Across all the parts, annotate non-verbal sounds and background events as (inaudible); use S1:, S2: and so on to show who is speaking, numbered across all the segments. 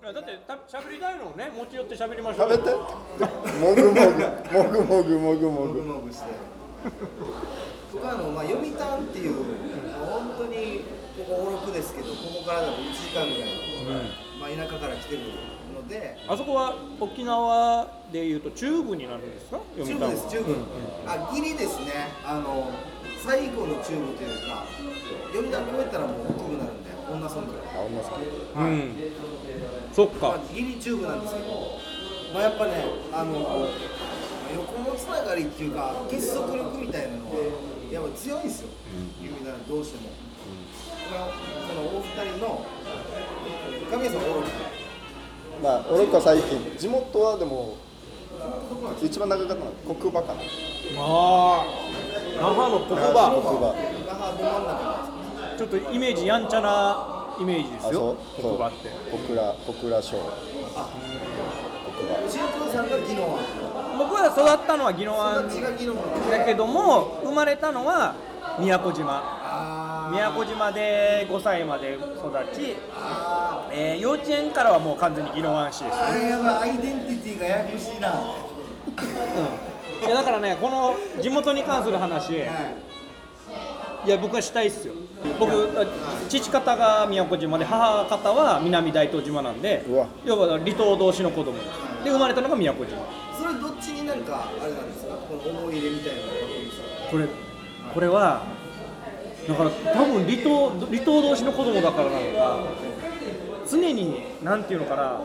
S1: いやだってた喋りたいのをね持ち寄って喋りましょ
S2: 食
S1: う
S2: べ
S1: よ
S2: てもぐもぐもぐもぐも
S3: もぐ
S2: ぐも
S3: もぐして僕はあの、まあ、読谷っていう本当にここ56ですけどここからだと1時間ぐらい、まあ、田舎から来てるので
S1: あそこは沖縄でいうと中部になるんですか読谷
S3: 中部
S1: は
S3: です中部、あギリですねあの最後の中部というか読谷越えたらもう北部になるんで女村から
S2: あ女村
S1: うんそっ
S3: まあ
S1: か、
S3: ギリ中部なんですけど、まあ、やっぱねあのこう横のつながりっていうか結束力みたいなのはやっぱ強いんですよ、有名なのどうしても、まあそのお二人の神谷さんおろく
S2: まあ俺か最近地元はでも
S3: どこなんです
S2: 一番長かったのは国場かな
S1: ああ那覇の黒場
S2: 国場
S3: か那覇ど真ん中なんですか
S1: ちょっとイメージやんちゃなイメージで
S2: あ
S1: す
S2: そう
S1: よ
S2: そう
S1: 黒場って
S2: 小倉小倉省国場
S3: 牛久さんが技能は
S1: 僕は育ったのは宜野湾
S3: 育ちが技能なの
S1: だけども生まれたのは宮古島
S3: あー
S1: 宮古島で5歳まで育ち、
S3: あ
S1: えー幼稚園からはもう完全に宜野湾市です
S3: ーあれやばいアイデンティティがややこしいなは
S1: うんいやだからね、この地元に関する話、い
S3: い
S1: や、僕はしたいっすよ、僕、あ父方が宮古島で、母方は南大東島なんで
S2: うわ、
S1: 要は離島同士の子供で、生まれたのが宮古島、
S3: それどっちになんかあれなんですかこの思い入れみたいなのがあるんですか
S1: これ、これは、だから多分離島、離島同士の子供だからなのか、常に、なんていうのかな、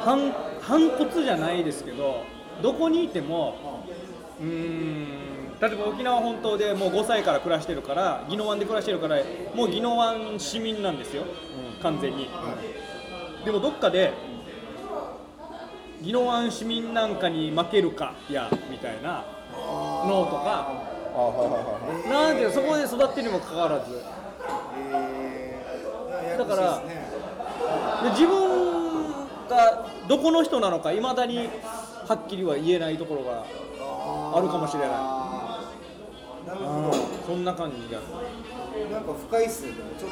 S1: 反反骨じゃないですけど、どこにいても、うーん例えば沖縄本島でもう5歳から暮らしてるから宜野湾で暮らしてるからもう宜野湾市民なんですよ、完全に、でもどっかで宜野湾市民なんかに負けるかやみたいなのとか
S2: あはいはいはいはい
S1: なんていうのそこで育ってるにもかかわらずでだ
S3: だ
S1: から自分がどこの人なのかいまだにはっきりは言えないところがあるかもしれない
S3: なるほ
S1: そんな感じが
S3: どなんか深いっすねでもちょっ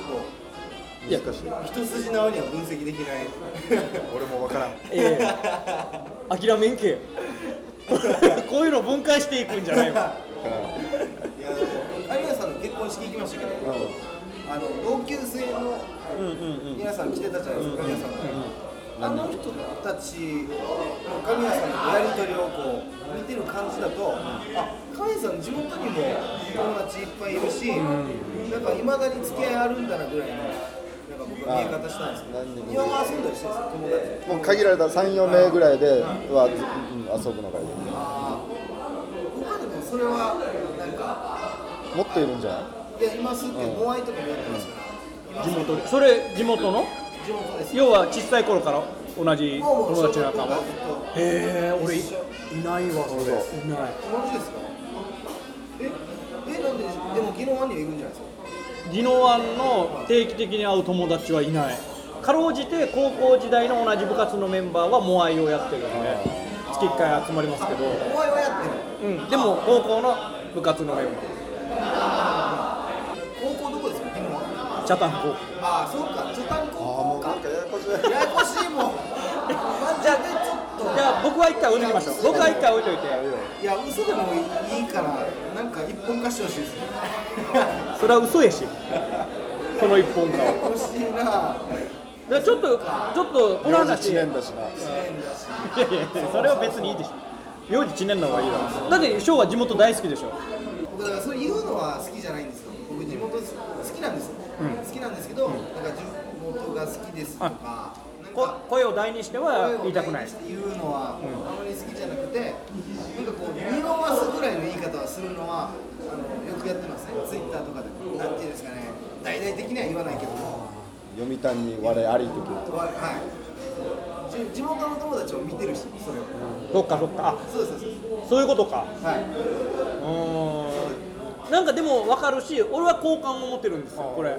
S1: いや
S2: 難しい
S3: と一筋縄には分析できない
S2: 俺もわからん
S1: ええ諦めんけよ (laughs) こういうの分解していくんじゃないわ
S3: いや有吉さんの結婚式行きましたけどあの同級生の
S1: うんうんうん
S3: 皆さん来てたじゃないですか神谷さんがあの人たちの神谷さんのやり取りをこう見てる感じだとあ神谷さん地元にも友達いっぱいいるしなんかいまだに付き合いあるんだなぐらいのなんか僕は見え方したんですけ
S2: あ何人
S3: ど
S2: も
S3: 今は遊んだりしてるんですよ友達
S2: もう限られた34名ぐらいでは、うん、遊ぶのがいいも
S3: 僕はでもそれはなんか
S2: っといるんじゃない
S3: いやいますってモアイとかもやってますから
S1: 地元でそれ地元の
S3: 地元です
S1: 要は小さい頃から同じ
S3: もう
S1: 友達
S3: 小
S1: の仲
S3: 学校から
S1: 間
S3: ずっと
S1: へえ俺い
S3: 一緒
S1: いないわそれいない
S2: そう
S3: マジですかええなんででも技能犯人はいるんじゃないですか
S1: 宜野湾の定期的に会う友達はいないかろうじて高校時代の同じ部活のメンバーはモアイをやってるんで月1回集まりますけど
S3: お前はやってる
S1: うんでも高校の部活のメン
S3: 高校どこですか技能犯
S1: バー北谷高校
S3: ああそうかチョタン高校か
S2: ややこ (laughs) しい
S3: ややこしいもんまじゃねちょっ
S1: じゃあ僕は一回置いときましょう僕は一回置いといて
S3: といや嘘でもいいからなんか一本化してほしいですね
S1: それは嘘やしこの一本化は
S3: 欲しいな
S1: じゃあちょっとちょっとこの話い
S2: 41
S1: やい
S2: 年だしな
S1: やそれは別にいいでしょ幼児知念の方がいいだろだって翔は地元大好きでしょ
S3: 僕だからそれ言うのは好きじゃないんですよ僕地元好きなんですよ、好きなんですけど、なんか地元が好きですとかなん
S1: こ
S3: か
S1: 声を大にしては言いたくない
S3: 言うのはあまり好きじゃなくて、なんかこう見逃すぐらいの言い方はするのはあのよくやってますねツイッターとかでなんていうんですかね大々的には言わないけども
S2: 読谷に我ありとき
S3: はいじ地元の友達を見てるしそれを
S1: そっかそっかあ
S3: そうそうそう
S1: そういうことか
S3: はいう
S1: ーんなんかでも分かるし俺は好感を持ってるんですよこれ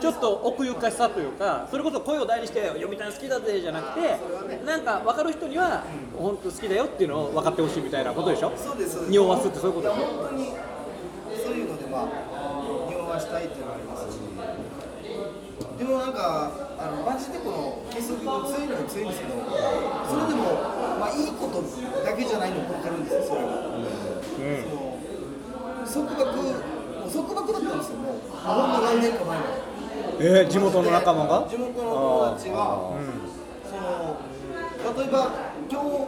S1: ちょっと奥ゆかしさというかそれこそ声を大にして「読みたい好きだぜ」じゃなくてなんか分かる人には本当好きだよっていうのを分かってほしいみたいなことでしょ
S3: そうですそうです
S1: 匂わすってそういうことでしょ
S3: 本当にそういうのでまあ匂わしたいっていうのはありますしでもなんかあのマジでこの結束が強いのは強いんですけどそれでも、まあ、いいことだけじゃないの分かるんですよそれは、その束縛もう束縛だったんですよもうほんの何年か前まで
S1: えー、地元の仲間が
S3: 地元の友達が、その例えば今日例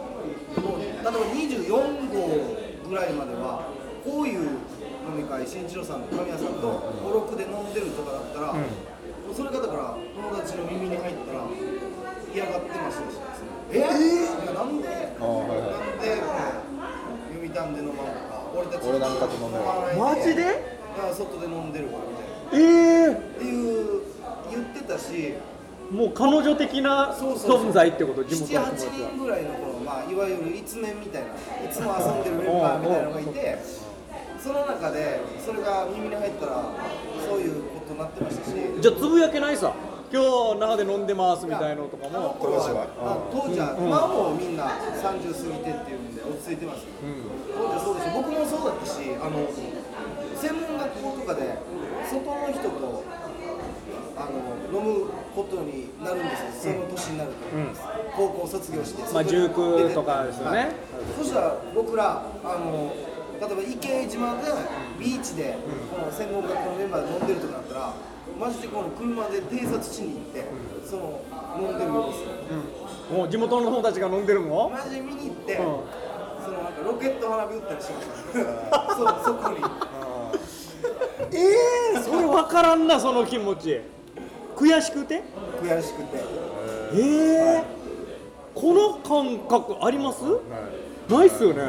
S3: えば24号ぐらいまではこういう飲み会新一郎さんと神谷さんと五六で飲んでるとかだったら、もうそれがだから友達の耳に入ったら嫌がってましたしえー、いやなんで、
S2: はいはい
S3: なんで読みたんで飲まんとか俺たち
S2: 俺なんかと飲めよ
S1: マジで
S3: いや外で飲んでるわみたいな
S1: えー、
S3: っていう言ってたし
S1: もう彼女的な存在ってこと地元の友
S3: 78
S1: 達は
S3: 人ぐらいのこの、まあ、いわゆる一面みたいないつも遊んでるメンバーみたいなのがいてその中でそれが耳に入ったらそういうことになってましたし
S1: じゃあつぶやけないさ今日那覇で飲んでますみたいのとか
S3: あの
S1: も
S3: 頃は
S2: これは
S3: あ当時は、今はもうみんな30過ぎてっていうんで落ち着いてますけど、当時はそうです僕もそうだったしあの専門学校とかで外の人とあの飲むことになるんですよその年になると、高校卒業して
S1: まあ19とかですよね
S3: はいそしたら僕らあの例えば池江島でビーチで、この専門学校のメンバーで飲んでるとかだったらマジでこの車で偵察しに行って、その飲んでる様子
S1: もう地元の友達が飲んでるの
S3: マジ見に行って、
S1: うん
S3: そのなんかロケット花火打ったりしてましたそうそこに
S1: ええー、それ分からんなその気持ち悔しくて
S3: 悔しくて
S1: ええー、この感覚あります、ないっすよね、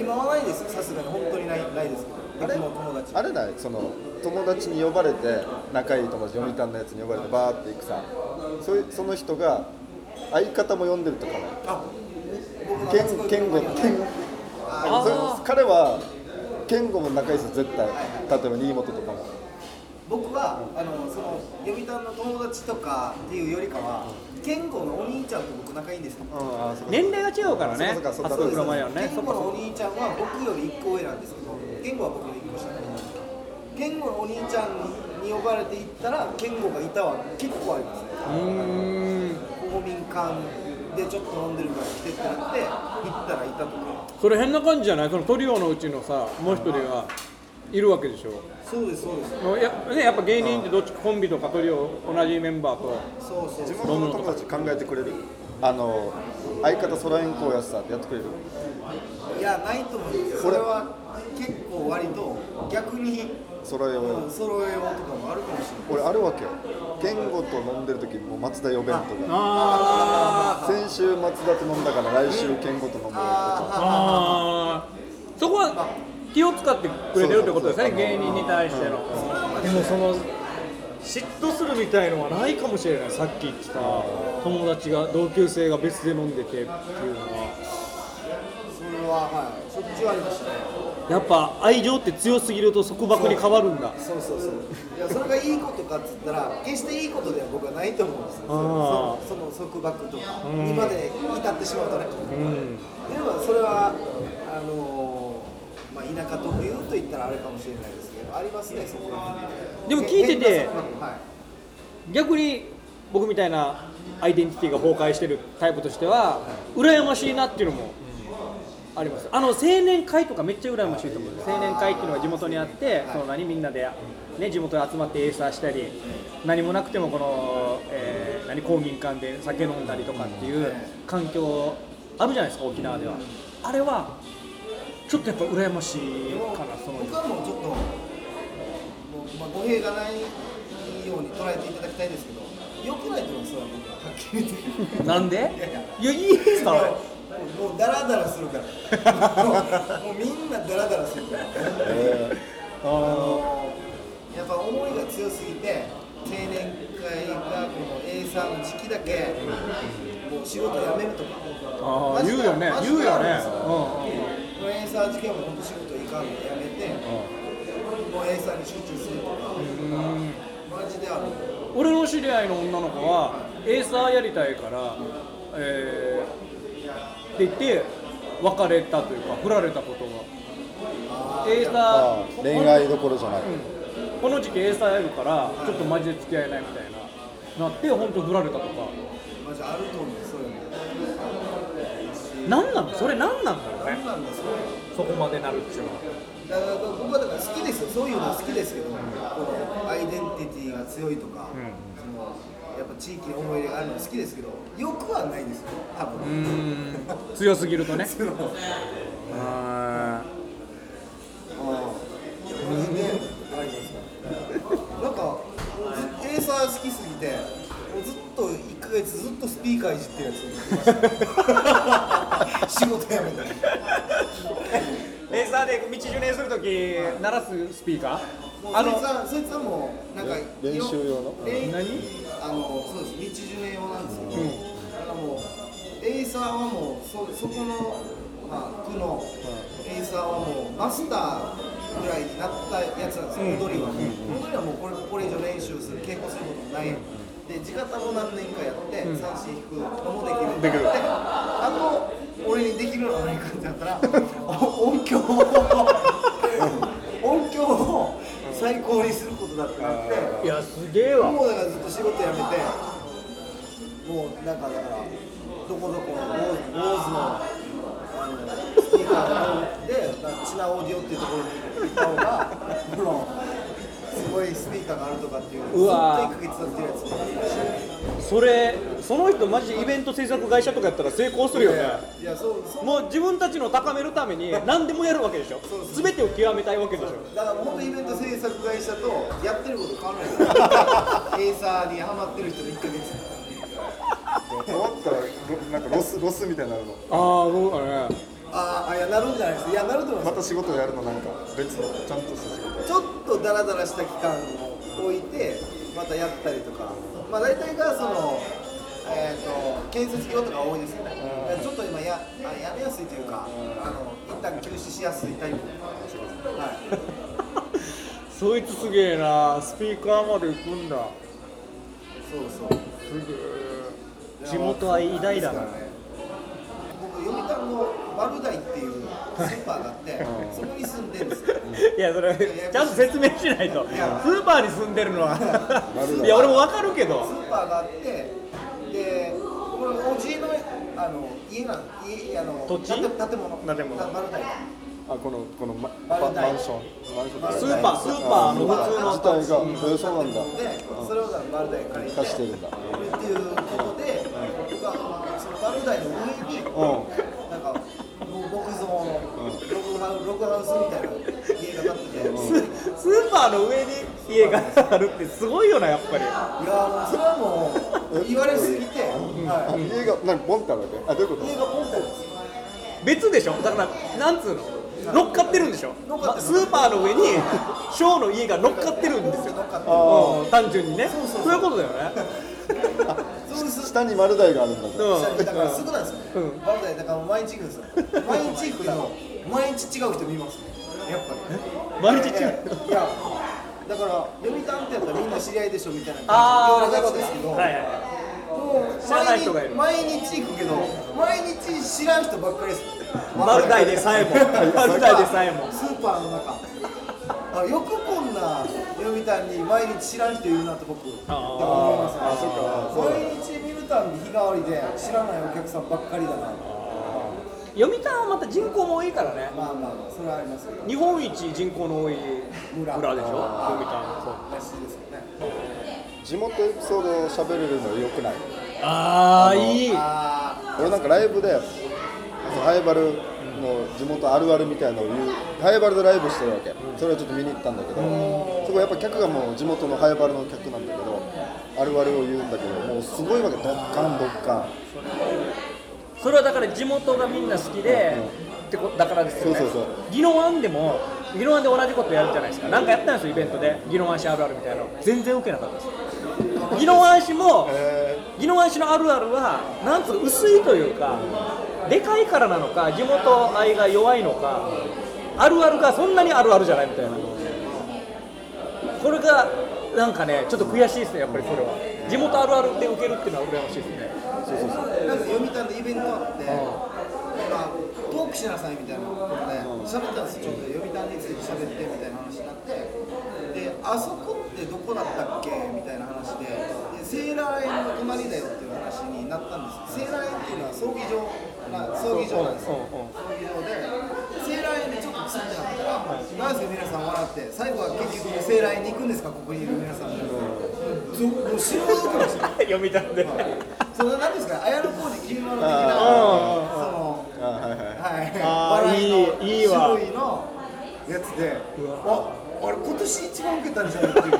S3: 今はないですよさすがに本当にないないですけど僕も友達
S2: あれないその友達に呼ばれて仲いい友達読谷のやつに呼ばれてバーって行くさそういうその人が相方も呼んでるとかない
S3: あ僕の
S2: 健
S3: 初恋
S2: 健吾
S3: の友達
S2: 健吾それ彼は健吾も仲いいですよ絶対例えば新本とかも
S3: 僕はあのその呼び谷の友達とかっていうよりかは健吾のお兄ちゃんと僕仲いいんですよ
S2: うんあそ
S1: 年齢が違うからね
S2: そっかそっか
S1: 初
S2: そうです
S1: 黒前はね
S3: 健
S1: そっ
S3: 吾
S1: か
S3: の
S1: そ
S3: お
S1: っか
S3: 兄ちゃんは僕より1個上なんですけど健吾は僕の1個下なんです健吾のお兄ちゃんに呼ばれて行ったら健吾がいたは結構ありますね
S1: うーん
S3: 公民館でちょっと飲んでるから来てってなって行ったらいたとか
S1: それ変な感じじゃないそのトリオのうちのさもう一人がいるわけでしょ
S3: そうですそうです
S1: もうや,、ね、やっぱ芸人ってどっちコンビとかトリオ同じメンバーと
S3: そうそう
S2: 地
S3: そう
S2: 元の友達考えてくれるあの相方ソラエンコーヤスさんってやってくれる
S3: いやないと思うんですよそれは結構割と逆に
S2: ソラエン
S3: うん
S2: を
S3: 揃えようとかもあるかもしれない
S2: 俺あるわけよ健吾と飲んでる時にもう松田呼べんとか
S1: あ
S2: 先週松田と飲んだから来週健吾と飲むよとか
S1: あーそこは気を使ってくれてるってことですね
S2: そうそうそ
S1: 芸
S2: う
S1: 人に対してのでもその嫉妬するみたいのはないかもしれないさっき言ってた友達が同級生が別で飲んでてっていうのは
S3: それははいそっちはありましたね
S1: やっぱ愛情って強すぎると束縛に変わるんだ
S3: そうそうそういやそれがいいことかっつったら決していいことでは僕はないと思うんですよ
S1: あ
S3: そのその束縛とかにまで至ってしまうとね、でもそれはあのーまあ、田舎特有と言ったらあれかもしれないですけどありますねそこら辺
S1: でも聞いてて
S3: 変な束縛はい
S1: 逆に僕みたいなアイデンティティが崩壊してるタイプとしては羨ましいなっていうのもありますあの青年会とかめっちゃ羨ましいと思う青年会っていうのが地元にあってその何みんなで、ね、地元で集まってエーサーしたり何もなくてもこの、えー何公民館で酒飲んだりとかっていう環境あるじゃないですか沖縄ではあれはちょっとやっぱ羨ましいかなその
S3: 僕はもうちょっともう、まあ、語弊がないように捉えていただきたいですけど良くないと思いますよ僕ははっきり言って。
S1: なんでいやいいですから
S3: もうもうダラダラするからもうもうみんなダラダラするから、あのやっぱ思いが強すぎて青年会がこの A さんの時期だけもう仕事辞めるとか
S1: あ
S3: マ
S1: あ
S3: ジ
S1: 言
S3: で
S1: うよね
S3: マジ
S1: 言う
S3: であ
S1: よ
S3: るんで
S1: ね
S3: す
S1: うんうん
S3: このエーサー事件も本当仕事いかんのやめて、もうエーサーに集中するとか、マジである
S1: 俺の知り合いの女の子はエーサーやりたいから、えーって言って別れたというか振られたことがエー
S2: あ
S1: サ
S2: ー
S1: ー
S2: 恋愛どころじゃない
S1: この時期エーサーやるからちょっとマジで付き合えないみたいななって本当振られたとか
S3: マジあると思うそういうの
S1: 何なのそれ何なんだろうね
S3: 何なんだそ
S1: そ
S3: ういうの
S1: こまでなるっていうのは
S3: だから僕はだから好きですよそういうの好きですけど、このアイデンティティが強いとか、
S1: ん
S3: そのやっぱ地域に思い入れがあるの好きですけどよくはないですよ多
S1: う
S3: 分、
S1: ーん強すぎるとね
S3: そのうん
S1: あ
S3: ねありますよなんかずエーサー好きすぎてもうずっと1ヶ月ずっとスピーカーいじってるや
S2: (laughs)
S3: つ仕事辞めたり
S1: (laughs) エーサーで道順にするとき鳴らすスピーカ
S3: もう
S1: ーあ
S3: そい
S1: の
S3: つはそいつはもうなんか
S2: え練習用の
S3: 練
S1: 何
S3: あのそうです日中用なんですけど、だからもうエイサーはもうそそこの、まあ、区のエイサーはもうマスターぐらいになったやつなんですよ、
S1: うん
S3: 踊りは、踊りはもうこれこれ以上練習する稽古することない、で地方も何年かやって、三振引くのもで
S1: でき
S3: きる
S1: る
S3: あと俺にできるのがないかってなった
S1: (laughs)
S3: らお音響を音響を最高にすることだってなって。
S1: いやすげえわ
S3: もうだからずっと仕事辞めて、もうなんかだから、どこどこの坊主坊主のあのスピーカーで、チナオーディオっていうところに行った方が、このすごいスピーカーがあるとかっていう、
S1: うわ
S3: ずっと1ヶ月経ってるやつもいるし
S1: それその人マジでイベント制作会社とかやったら成功するよね
S3: いや、そう、そう
S1: もう自分たちの高めるた (laughs) めに何でもやるわけでしょ
S3: そうそう
S1: 全てを極めたいわけでしょ
S3: だから本当イベント制作会社とやってること変わらない (laughs) エーサーにハマってる人の1ヶ月。
S2: 終わったらロなんかロスロスみたいになるの
S1: ああそうだね
S3: あーあ、いや、なるんじゃないですか。いや、なると思います
S2: ま。た仕事やるのなんか別のちゃんとした仕事
S3: ちょっとダラダラした期間を置いて、またやったりとか、まあ、大体がその、えー、と建設業とか多いですけど、ちょっと今や、あやめやすいというか、あの一旦休止しやすいタイプ、はい、
S1: そいつすげえなスピーカーまで行くんだ
S3: そうそう。
S1: すげえ地元は偉大だな
S3: 僕、読谷のバルダイっていうスーパーがあって、そこに住んでるんですよ。
S1: いやそれちゃんと説明しないとスーパーに住んでるのはいや俺もわかるけ
S3: ス
S1: ど
S3: ーパーがあって、で、これおじいのあの家なん家あの
S1: 土地
S3: 建て建物
S1: 建物
S3: な丸太や
S2: あこのこのマ
S3: マルタイ
S2: マンションマンションとか
S1: スーパースーパーの普通の
S2: 自体が、えーそうなんだ
S3: で、それを丸太に借りて
S2: 貸してるんだ
S3: っていうことで、僕はその丸太の上に、なんか木造のログハウログハウスみたいな家が建ってて、いやー
S1: スーパーの上に家があるってすごいよなやっぱり
S3: もうそれはもう言われすぎて、はい、
S2: 家がなんかボンってあるわけあどういうこと
S3: 家がポンってあるんですよ。
S1: 別でしょだからなんつうの乗っかってるんでしょ
S3: 乗っかってる
S1: スーパーの (laughs) 上にショーの家が乗っかってるんですよ
S3: なんか
S1: うん単純にねそういうことだよね
S3: そうです
S2: 下に丸台があるんだじゃん
S3: だからすぐなんですよ、
S1: うん
S3: バルダイだから毎日行くんですよ毎日行くの毎日違う人見ますねやっぱり
S1: 毎日違う
S3: いやいやだから読谷ってやったらみんな知り合いでしょみたいな
S1: ああ
S3: 言われがちですけど、
S1: はいはいはい
S3: もう
S1: 知らない人がいる
S3: 毎日毎日行くけど毎日知らん人ばっかりです
S1: 丸大でさえも丸大でさえも
S3: スーパーの中あよくこんな読谷に毎日知らん人いるなと僕でも思いますね毎日見るたんび日替わりで知らないお客さんばっかりだな
S1: (laughs) 読谷はまた人口も多いからね
S3: まあまあそれはありますけど
S1: 日本一人口の多い
S3: 村
S1: 村でしょ読谷そう
S3: らしいですよね
S2: 地元エピソード喋れるの良くない
S1: ああいい
S3: ああ
S2: 俺なんかライブでハイバルの地元あるあるみたいなのを言うハイバルでライブしてるわけそれをちょっと見に行ったんだけどそこやっぱ客がもう地元のハイバルの客なんだけどあるあるを言うんだけどもうすごいわけドッカンドッカン
S1: それはだから地元がみんな好きで、ってこだからですよね
S2: そうそうそう
S1: 宜野湾でも宜野湾で同じことやるじゃないですかなんかやったんですよイベントで宜野湾市あるあるみたいなの全然ウケなかったです宜野湾市も宜野湾市のあるあるはなんつうか薄いというかでかいからなのか地元愛が弱いのかあるあるがそんなにあるあるじゃないみたいなこれがなんかねちょっと悔しいですねやっぱりそれは地元あるあるでウケるっていうのは羨ましいですね
S3: なんか読谷でイベントあって、まあ、トークしなさいみたいなことで、喋ったんですよ、ちょっと呼びたんについて喋ってみたいな話になって、で、あそこってどこだったっけみたいな話で、でセーラー園の隣だよっていう話になったんですよ、セーラー園っていうのは葬儀場な、葬儀場なんですよ。そういうので、セーラー園でちょっとついてなかったら、なんですか皆さん笑って、最後は結局セーラー園に行くんですか、ここにいる皆さん。そうもう死ぬほど来ました。
S1: (laughs) 読みたんで。
S3: そのなんですか、綾小路きりまろ的な、その、
S2: あはいはい
S1: あー
S3: はい、笑いの
S1: いいいいわ
S3: 種類のやつで、あ、あれ今年一番受けたんじゃないっていうか、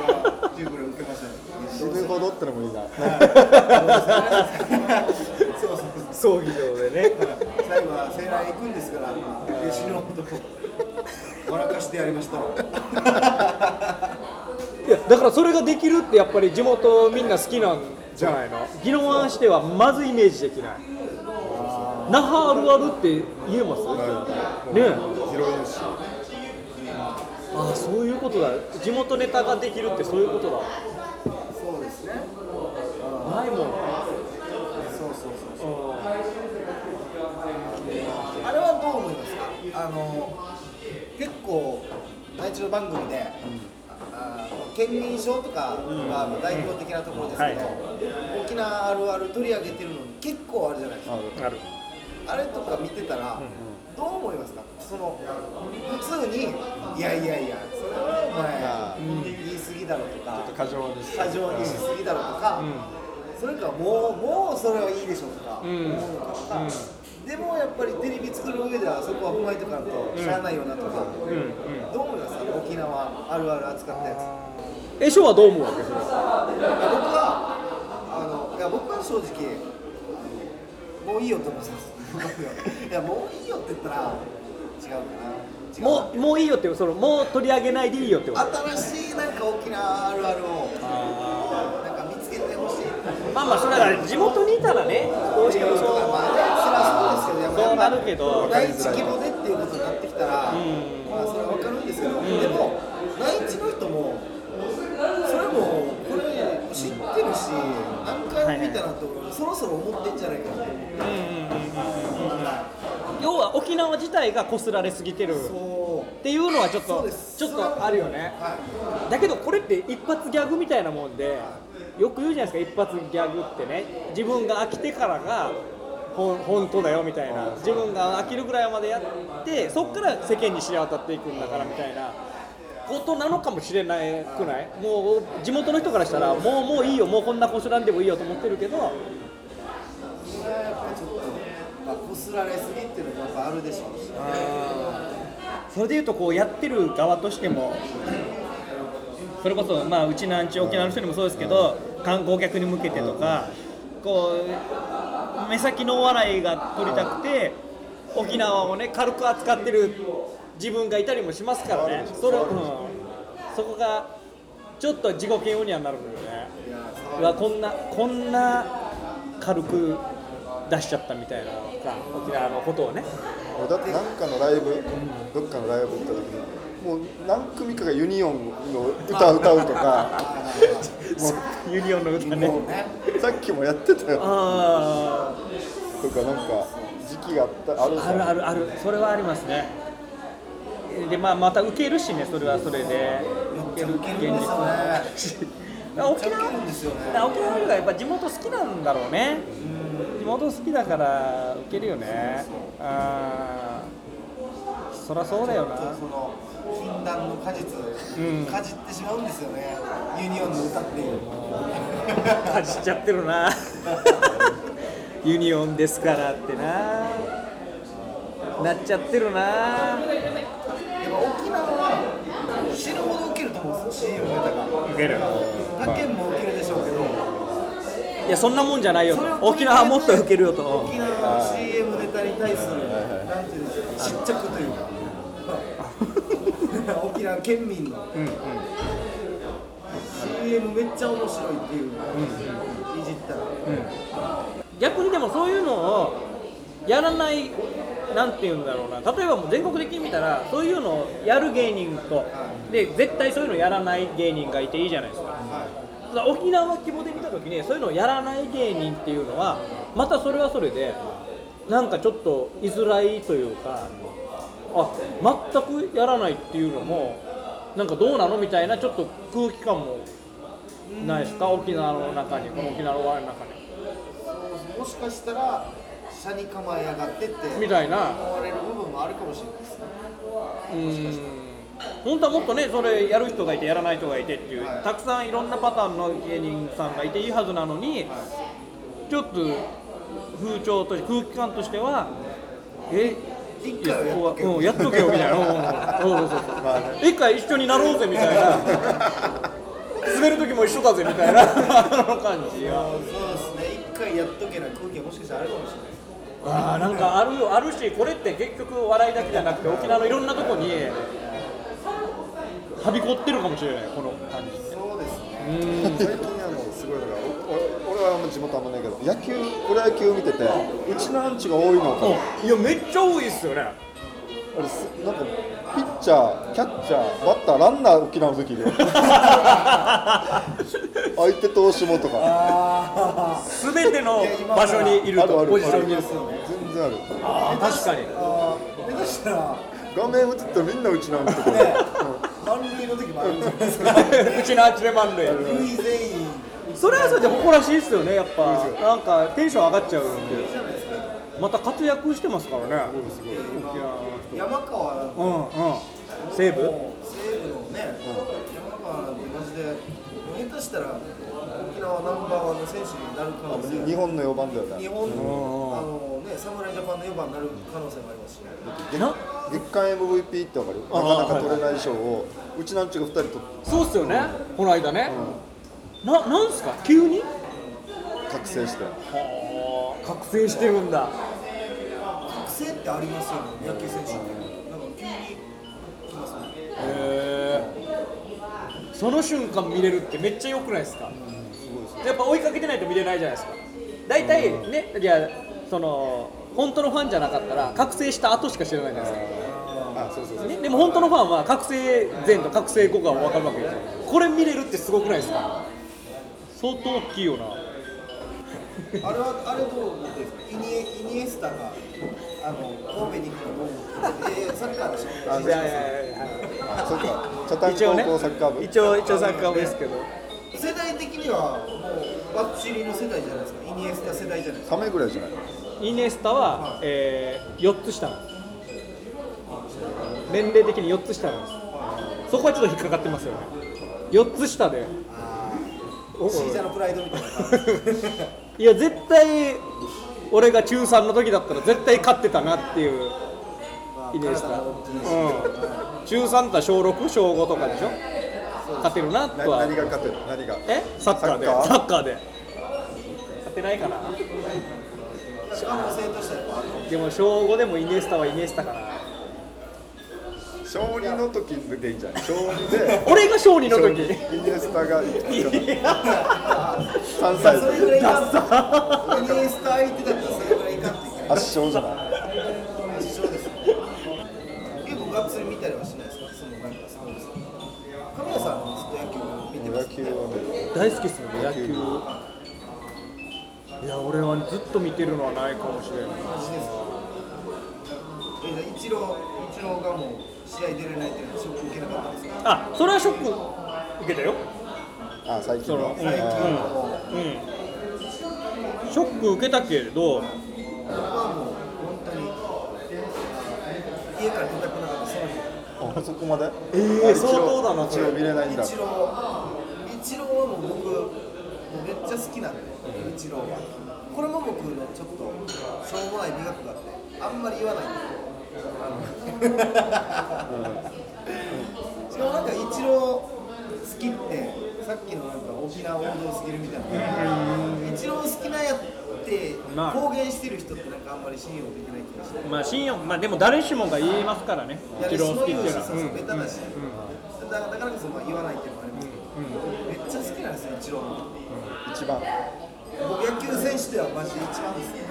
S3: っていうぐらい受けましたね。
S2: 死ぬほどってのもいいな
S3: そうそうそ
S1: 葬
S3: う。
S1: 儀場でね。
S3: 最後はセーラー行くんですから、で死ぬほど笑かしてやりました。
S1: (laughs) いやだからそれができるってやっぱり地元みんな好きなんじゃないの宜野湾してはまずイメージできない那覇あるあるって言えますねえ
S2: 広いし
S1: ああそういうことだ地元ネタができるってそういうことだ
S3: そうですね。
S1: ないもん
S3: そうそうそうそう。あれはどう思いますか。あの結構内地の番組で、ああ県民賞とかがまあ代表的なところですけど、沖縄あるある取り上げてるの結構あるじゃないですか。
S1: ある
S3: あれとか見てたら。どう思いますかその普通に「いやいやいやそれはお前言い過ぎだろ」とか
S2: 過剰にし
S3: 過剰にしすぎだろうとか、それかもうもうそれはいいでしょうとか、
S1: ん
S3: 思うのかとか、でもやっぱりテレビ作る上ではそこは踏まえておかんと知らないよなとか、
S1: うんうん
S3: どう思いますか沖縄あるある扱ったやつ
S1: えショーはどう思うわけそれ
S3: いや僕はあのいや僕は正直もういいよって思ってますいやもういいよって言ったら違うかな違うな
S1: もうもういいよってそのもう取り上げないでいいよってこと
S3: 新しいなんか沖縄あるあるをなんか見つけてほしい
S1: まあまあそれは地元にいたらねどうしてもそう
S3: まあね、それはそうですけど、やっぱ
S1: そうなるけど
S3: 内地規模でっていうことになってきたら、まあそれは分かるんですけど、でも、内地の人も、それもこれ、知ってるし、何回も見たなと、そろそろ思ってんじゃないかなと
S1: 要は沖縄自体がこすられすぎてるっ
S3: 思
S1: ていうのはちょっ
S3: そう
S1: と
S3: です
S1: ちょっとあるよね
S3: う、はい、
S1: だけどこれって一発ギャグみたいなもんでよく言うじゃないですか一発ギャグってね自分が飽きてからがほん本当だよみたいな自分が飽きるぐらいまでやってそっから世間に知れ渡っていくんだからみたいなことなのかもしれないくないもう地元の人からしたらもうもういいよもうこんなこすらんでもいいよと思ってるけど
S3: それはやっぱちょっと、まあ、こすられすぎっていうのもやっぱあるでしょうし、
S1: それでいうとこうやってる側としてもそれこそまあうちのアンチ沖縄の人にもそうですけど観光客に向けてとかこう目先のお笑いが取りたくて沖縄をね軽く扱ってる自分がいたりもしますからねそれ、うん、そこがちょっと自己嫌悪にはなるのよねうわこんなこんな軽く出しちゃったみたいなのか沖縄のことをね
S2: 俺だってなんかのライブ、どっかのライブ行った時に、もう何組かがユニオンの歌歌うとか、
S1: ユニオンの歌ね
S2: もうさっきもやってたよ
S1: あ
S2: とか、なんか時期があった、ある
S1: ああるあるあるそれはありますねでまあまた受けるしねそれはそれで受ける
S3: いけるんですよね。
S1: 沖
S3: めっちゃウ
S1: 縄
S3: ケるんですよね
S1: だから沖縄がやっぱ地元好きなんだろうね地元好きだから受けるよねあーそりゃそうだよな
S3: その禁断の果実、
S1: うん
S3: かじってしまうんですよね、ユニオンの歌っていう。
S1: かじっちゃってるなユニオンですからってななっちゃってるな
S3: やっぱ沖縄は死ぬほど受けると思うんですよ、CM ネタが。
S1: 受ける
S3: 他県も受けるでしょうけど、
S1: いやそんなもんじゃないよ
S3: それを
S1: と沖縄はもっと受けるよと
S3: 沖縄の CM ネタに対する、なんていうんですか、失着というか、沖縄県民の、CM めっちゃ面白いっていう、いじったら、
S1: 逆にでもそういうのをやらないなんていうんだろうな例えばもう全国的に見たらそういうのをやる芸人とで絶対そういうのやらない芸人がいていいじゃないですかだから沖縄規模で見た時にそういうのをやらない芸人っていうのはまたそれはそれでなんかちょっと居づらいというかあ全くやらないっていうのもなんかどうなのみたいなちょっと空気感もないですか沖縄の中にこの沖縄のお笑いの中に
S3: そうもしかしたら車に構えやがってって
S1: みたいな
S3: 思われる部分もあるかもしれないですね
S1: うん本当はもっとねそれやる人がいてやらない人がいてっていう、
S3: はい
S1: たくさんいろんなパターンの芸人さんがいていいはずなのに、ちょっと風潮として空気感としてはえ
S3: 一
S1: いや
S3: 回はやっとけよ
S1: うんやっとけよみたいな、うんそうそうそうそう一回一緒になろうぜみたいな、滑る時も一緒だぜみたいなあの感じ
S3: いやーそうですね一回やっとけな空気はもしかしたらあるかもしれないです
S1: あーなんかあるよあるしこれって結局笑いだけじゃなくて沖縄のいろんなとこにはびこってるかもしれないこの感じ
S3: そうですね
S2: 最近あのすごいのがおお俺はあんま地元あんまないけど野球プロ野球見ててうちのアンチが多いのか
S1: いやめっちゃ多いっすよね
S2: あれすなんかピッチャーキャッチャーバッターランナー沖縄の
S1: (laughs)
S2: 時で相手投手もとかあ
S1: 全ての場所にいる
S2: るあ
S1: と
S2: る
S1: ポジションに
S2: 全然ある
S1: あー確かに
S3: あー下手したら
S2: 画面映ったらみんなうちなんとこ
S3: ね満塁の時もあるんじゃないです
S1: (laughs)
S3: か
S1: うちのアーチで満塁
S3: 塁全員
S1: それはそれで誇らしいっすよねやっぱなんかテンション上がっちゃうんでまた活躍してますからね沖縄の人
S3: 山川なんて
S1: うんうん西武
S3: もう西武のね、山川なんてマジで下手したら沖縄ナンバーワンの選手になる可能性
S2: 日本の4番だよ
S3: 日
S2: ね
S3: 本の、あのね、侍ジャパンの4番になる可能性もありますし、ね、
S1: な
S2: 月間 MVP ってわかるな
S1: あ
S2: かなか取れない賞をうちのアンチが2人取って
S1: そうっすよねこの間ねななんすか急に
S2: 覚醒して
S1: 覚醒してるんだ
S3: 覚醒ってありますよね、野球選手って。なんか急に来ますね。
S1: その瞬間見れるってめっちゃ良くないですかやっぱ追いかけてないと見れないじゃないですか大体ね、いやその本当のファンじゃなかったら覚醒した後しか知らないじゃないです
S2: あそうそうそ
S1: か、
S2: う
S1: ね、でも本当のファンは覚醒前と覚醒後が分かるわけですよこれ見れるってすごくないですか相当大きいよな
S3: あれは、あれどう思ってるんですかイニエ、イニエスタが、あの、神戸に行くのどう思ってるえーサッカーでしょ
S1: いやいやいや
S2: あそっか茶谷
S1: 一応ね
S2: 高校サッカー部
S1: 一応一応サッカー部ですけど
S3: 世代的には、もう、バッチリの世代じゃないですか。イニエスタ世代じゃないですか。
S2: サメぐらいじゃない
S1: イニエスタは、えー、4つ下なんです年齢的に4つ下なんですそこはちょっと引っかかってますよね4つ下でお
S3: シーザーのプライドみたいな。
S1: いや絶対俺が中3の時だったら絶対勝ってたなっていうイニエスタ、うん、中3だったら小6小5とかでしょ勝てるな
S2: な
S1: とは
S2: 何が勝てる何が
S1: えサッカーで
S2: サ
S1: サ
S2: ッカ
S1: ッカ
S2: ー
S1: ーで勝てないかな
S3: 可能性としてはある。
S1: でも小5でもイニエスタはイニエスタかな
S2: 小2の時でいいんじゃない小2で (laughs)
S1: 俺が小2の時
S2: イニエスタが3
S3: まあ
S2: 歳
S3: それぐらいかイニエスタ相手だったらそれぐらいいかっていけない
S2: 圧勝じゃない
S3: 一緒ですね結構がっつり見たりはしないですかそのなんかスポーツ神谷さんはずっと野球見てま
S2: 野
S3: す
S2: 球は
S1: 大好きっすよね野
S2: 球
S1: 球いや俺はずっと見てるのはないかもしれない
S3: マジですかえじゃあイチローイチローがもう試合出れないっていうのはショック受けなかったですか
S1: あそれはショック受けたよ
S2: あ最近
S1: そのう
S2: の
S1: ん
S3: 最近
S2: あ
S3: もう
S1: うんショック受けたけれど
S3: 僕はもう本当に家から出たくなかったその日
S2: あそこまでえ
S1: え相当だな
S2: 一応見れないんだ
S3: イチローイチローはもう僕もうめっちゃ好きなんで、イチローはこれも僕のちょっとしょうもない美学があってあんまり言わないんであのしかもなんかイチロー好きってさっきのなんか沖縄王道すぎるみたいなイチロー好きなんやって
S1: まあ
S3: 公言してる人ってなんかあんまり信用できない気がして
S1: まあ信用まあでも誰しもが言いますからね
S3: いや
S1: 一
S3: で
S1: 郎
S3: も
S1: 好きっていうのは
S3: そうそうベタだし、だからだからこそまあ言わないっていうのもありますけど、めっちゃ好きなんですよ、イチローの。
S2: 一番
S3: 僕、野球選手ではマジで一番ですね。イ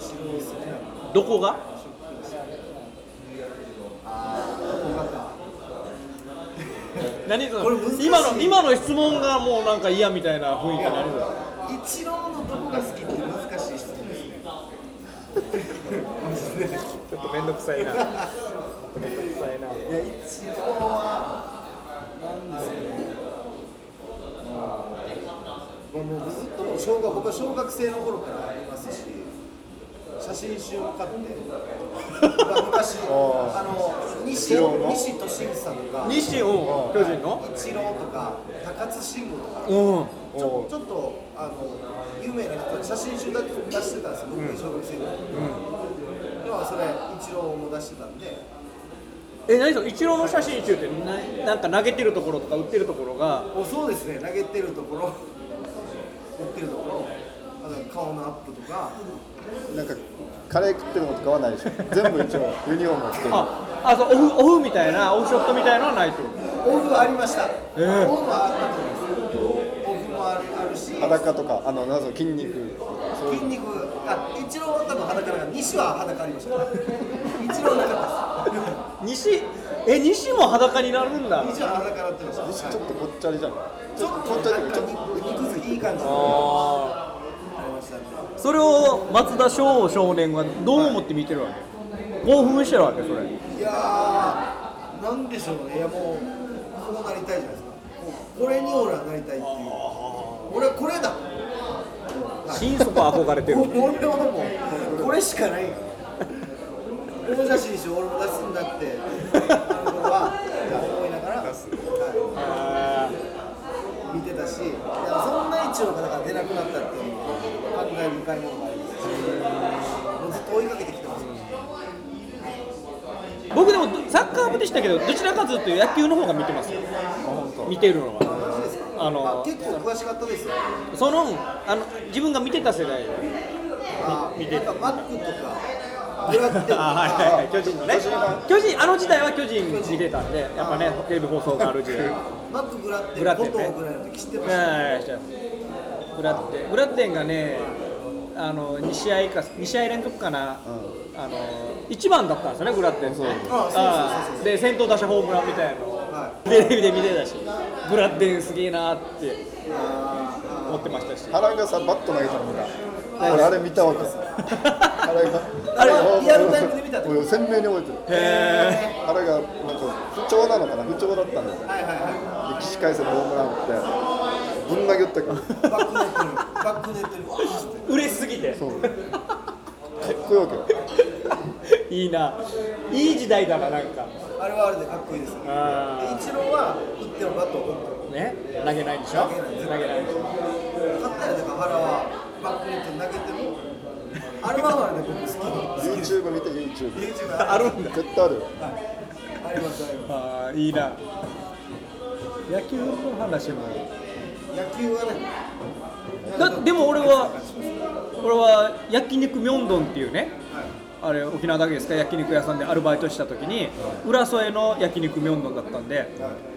S3: チロー好きなの。
S1: うんどこ (laughs) が
S3: ショックですよね。あー、ここまた。
S1: 何そ
S3: これ難し
S1: の
S3: い
S1: 今の今の質問がもうなんか嫌みたいな雰囲気になる
S3: イチローのどこが好きって難しい質問ですね。
S4: ょっと面倒くさいな。ちょっと面倒くさいな。
S3: いや、一応は、なんですかね。もうもうずっともう小学僕は小学生の頃からありますし、写真集も買って、昔、あの西
S2: 一郎の
S3: 西俊樹さんとか、イ
S1: (laughs) 西を巨人の
S3: チローとか、高津慎吾とか、
S1: うん
S3: ちょちょっとあの有名な人写真集だって出してたんですよ、僕の小学生の頃、今はそれ、イチローも出してたんで。
S1: え何それイチローの写真集ってななんか投げてるところとか打ってるところが
S3: おそうですね投げてるところ打ってるところあと顔のアップとか
S2: なんかカレー食ってるのとかはないでしょ全部一応ユニフォームを着てる
S1: ああそうオフオフみたいなオフショットみたいなのはないってこと
S3: オフはありました、
S1: えー
S3: オフはあったと思いますオフもあるあるし
S2: 裸とかあのなんか筋肉とかそういう
S3: 筋肉あ一郎は多分裸だから西は裸ありました一郎なかったで
S1: 西え西も裸になるんだ
S3: す西は裸になってました、はい
S2: ちょっとぽっちゃりじゃん
S3: ちょっとなんか肉肉付きいい感じで
S1: あ
S3: ありましたね
S1: ーそれを松田翔少年がどう思って見てるわけ興奮してるわけそれ
S3: いやーなんでしょうねいやもうこうなりたいじゃないですかもうこれに俺はなりたいっていう俺はこれだ
S1: 心底憧れてる
S3: (laughs) もう俺はもうこれしかないよこの写真集俺も出すんだってあの頃は思いながら、はい見てたしいやそんな一応がだから出なくなったっていうのは考え深いものがありますもうずっと追いかけてきてます
S1: 僕でもどサッカー部でしたけどどちらかというと野球の方が見てますよ見てるのは
S3: マジですか
S1: あの
S3: まあ結構詳しかったですよ
S1: そのあの自分が見てた世代
S3: あ
S1: 見て
S3: なんかマックとか、ブラックとか、
S1: 巨人のね巨人あの時代は巨人見てたんでやっぱねテレビ放送がある時 (laughs) 代
S3: マックブラッテン、
S1: ブラッテン (laughs)
S3: 後
S1: ね
S3: 藤ぐらいの時知ってました。
S1: はい、してますブラッテン、ブラッテンがね、あの二試合か二試合連続かな、あの一番だったんですよねブラッテンって。
S3: あ
S1: ああで先頭打者ホームランみたいなのを
S3: は
S1: テレビで見てたし、ブラッテンすげえなって思ってましたし。
S2: 原がさバット投げたのが俺あれ見たわけ原が
S3: (laughs)
S1: あれ
S3: リアルタイムで見たってこ
S2: 俺鮮明に覚えてる
S1: へ
S2: 原がなんか不調なのかな不調だったんだよ
S3: はいはいは
S2: で起死回生のホームラン打ってぶん投げ打ったから
S3: い。バックネットに、バックネットに、わーって
S1: え、嬉しすぎて、
S2: そうかっこよくよ
S1: (laughs) いいな、いい時代だななんか。
S3: あれはあれでかっこいいですね。
S1: あ
S3: イチローは打ってもバットを持って
S1: ーね、投げないんでしょ？投げないんでしょ？
S3: る。勝ったらだから原はバックネットに投げても、あれはあれで僕好
S2: YouTube 見て YouTube
S3: き。YouTube
S1: あるんだ。
S2: 絶対あるよ
S3: ありますありま
S1: ああいいな野球の話も
S3: す。野球はね、
S1: だでも俺は俺は焼肉ミョンドンっていうねあれ沖縄だけですか焼肉屋さんでアルバイトした時に浦添の焼肉ミョンドンだったんで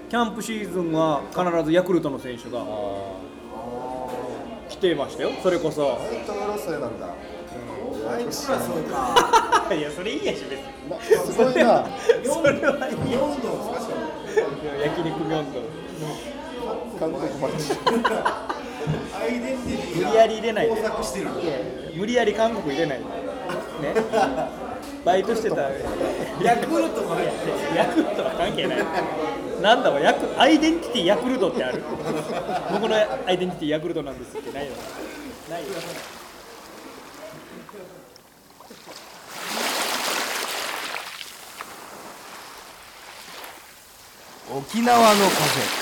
S1: キャンプシーズンは必ずヤクルトの選手が来てましたよそれこそ
S2: ずっとロスなんだ
S3: あいつらそうか。
S1: (laughs) いやそれいいやし別に
S2: なすご
S1: (laughs) そ
S2: いな
S1: れはいい
S3: 日本どうですかしかも。
S1: 焼肉ミョンドン
S2: 韓国マッチ
S3: アイデンティティが
S1: 無理やり入れないで
S3: 交錯してる。
S1: 無理やり韓国入れないでねバイトしてた
S3: ヤクルトも入ってる。
S1: ヤクルトは関係ない。なんだろう、ヤクアイデンティティヤクルトってある。僕のアイデンティティヤクルトなんですってないよ。ないよ。
S5: 沖縄の風